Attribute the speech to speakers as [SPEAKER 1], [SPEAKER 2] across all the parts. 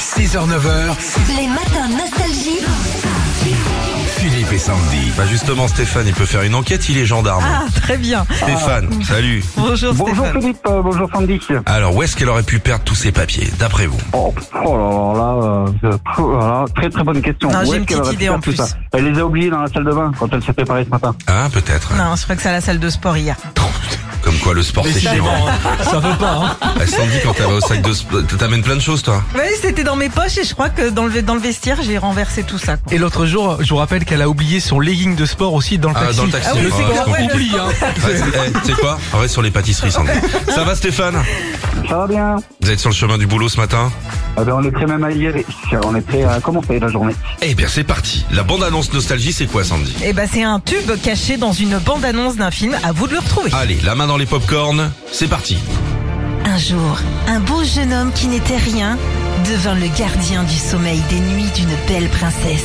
[SPEAKER 1] 6h-9h,
[SPEAKER 2] Les matins nostalgie.
[SPEAKER 1] Philippe et Sandy.
[SPEAKER 3] Bah justement, Stéphane, il peut faire une enquête, il est gendarme.
[SPEAKER 4] Ah, très bien.
[SPEAKER 3] Stéphane, salut.
[SPEAKER 4] Bonjour,
[SPEAKER 5] Bonjour
[SPEAKER 4] Stéphane.
[SPEAKER 5] Philippe, euh, bonjour Sandy.
[SPEAKER 3] Alors, où est-ce qu'elle aurait pu perdre tous ses papiers, d'après vous
[SPEAKER 5] Oh, oh là là, là, euh, pff, oh là là, très très bonne question.
[SPEAKER 4] Non,
[SPEAKER 5] Où
[SPEAKER 4] j'ai
[SPEAKER 5] est-ce
[SPEAKER 4] une
[SPEAKER 5] qu'elle
[SPEAKER 4] petite
[SPEAKER 5] aurait pu
[SPEAKER 4] idée
[SPEAKER 5] faire
[SPEAKER 4] en
[SPEAKER 5] tout
[SPEAKER 4] plus.
[SPEAKER 5] ça Elle les a oubliés dans la salle de bain quand elle s'est préparée ce matin.
[SPEAKER 3] Hein, peut-être.
[SPEAKER 4] Non, je crois que c'est à la salle de sport hier.
[SPEAKER 3] Comme quoi, le sport, c'est chiant.
[SPEAKER 6] Ça veut pas, hein.
[SPEAKER 3] Bah, Sandy, quand elle va au sac de sport, t'amènes plein de choses, toi.
[SPEAKER 4] Oui, c'était dans mes poches et je crois que dans le, dans le vestiaire, j'ai renversé tout ça. quoi.
[SPEAKER 6] Et l'autre jour, je vous rappelle qu'elle a oublié son legging de sport aussi dans le
[SPEAKER 3] Ah,
[SPEAKER 6] taxi.
[SPEAKER 3] dans le taxi, Ah oui, ouais, c'est ouais,
[SPEAKER 4] clair. ouais,
[SPEAKER 6] Oublie, hein.
[SPEAKER 3] Ouais, c'est- eh, tu sais quoi Arrête sur les pâtisseries, Sandy. Ça va, Stéphane
[SPEAKER 5] Ça va bien
[SPEAKER 3] Vous êtes sur le chemin du boulot ce matin
[SPEAKER 5] Eh ben, On est prêt même à y aller. Euh, On est prêt à commencer la journée.
[SPEAKER 3] Eh bien, c'est parti. La bande-annonce nostalgie, c'est quoi, Sandy
[SPEAKER 4] Eh ben, c'est un tube caché dans une bande-annonce d'un film. À vous de le retrouver.
[SPEAKER 3] Allez, la main dans les pop-corns, c'est parti.
[SPEAKER 2] Un jour, un beau jeune homme qui n'était rien devint le gardien du sommeil des nuits d'une belle princesse.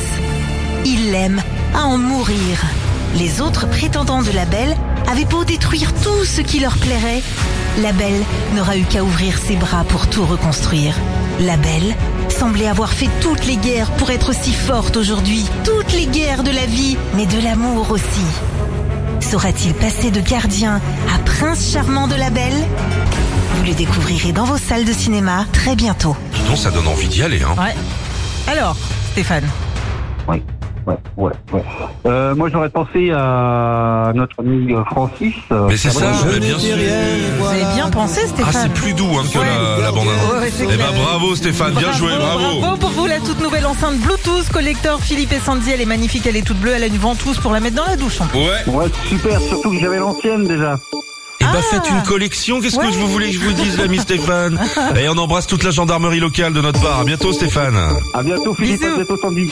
[SPEAKER 2] Il l'aime à en mourir. Les autres prétendants de la belle avaient beau détruire tout ce qui leur plairait, la belle n'aura eu qu'à ouvrir ses bras pour tout reconstruire. La belle semblait avoir fait toutes les guerres pour être si forte aujourd'hui, toutes les guerres de la vie, mais de l'amour aussi. Sera-t-il passé de gardien à prince charmant de la belle vous le découvrirez dans vos salles de cinéma très bientôt.
[SPEAKER 3] Dis donc, ça donne envie d'y aller,
[SPEAKER 2] Ah.
[SPEAKER 3] hein.
[SPEAKER 4] Ouais. Alors, Stéphane.
[SPEAKER 5] Oui. Ouais, ouais, ouais. Euh, moi j'aurais pensé à notre ami euh, Francis. euh,
[SPEAKER 3] Mais c'est ça,
[SPEAKER 5] Cabrel.
[SPEAKER 3] mais bien sûr.
[SPEAKER 4] Vous avez bien pensé,
[SPEAKER 3] Ah,
[SPEAKER 4] Stéphane
[SPEAKER 3] c'est plus doux hein, que
[SPEAKER 4] Ouais.
[SPEAKER 3] la, la
[SPEAKER 4] Ouais,
[SPEAKER 3] bande-annonce.
[SPEAKER 4] ouais, c'est
[SPEAKER 3] eh
[SPEAKER 4] clair.
[SPEAKER 3] ben, bravo, Stéphane. Bien joué,
[SPEAKER 4] Bravo pour vous, la toute nouvelle enceinte Bluetooth collector Philippe et Sandy. Elle est magnifique, elle est toute bleue, elle a une ventouse pour la mettre dans la douche. en plus.
[SPEAKER 3] Ouais.
[SPEAKER 5] Ouais, super, surtout que j'avais l'ancienne déjà.
[SPEAKER 3] Eh ben
[SPEAKER 4] Ah.
[SPEAKER 3] faites une collection, qu'est-ce
[SPEAKER 4] Ouais.
[SPEAKER 3] que je vous voulez que je vous dise, l'ami Stéphane Et on embrasse toute la gendarmerie locale de notre part. À bientôt, Stéphane.
[SPEAKER 5] À bientôt Philippe,
[SPEAKER 4] Bisous.
[SPEAKER 5] à bientôt Sandy.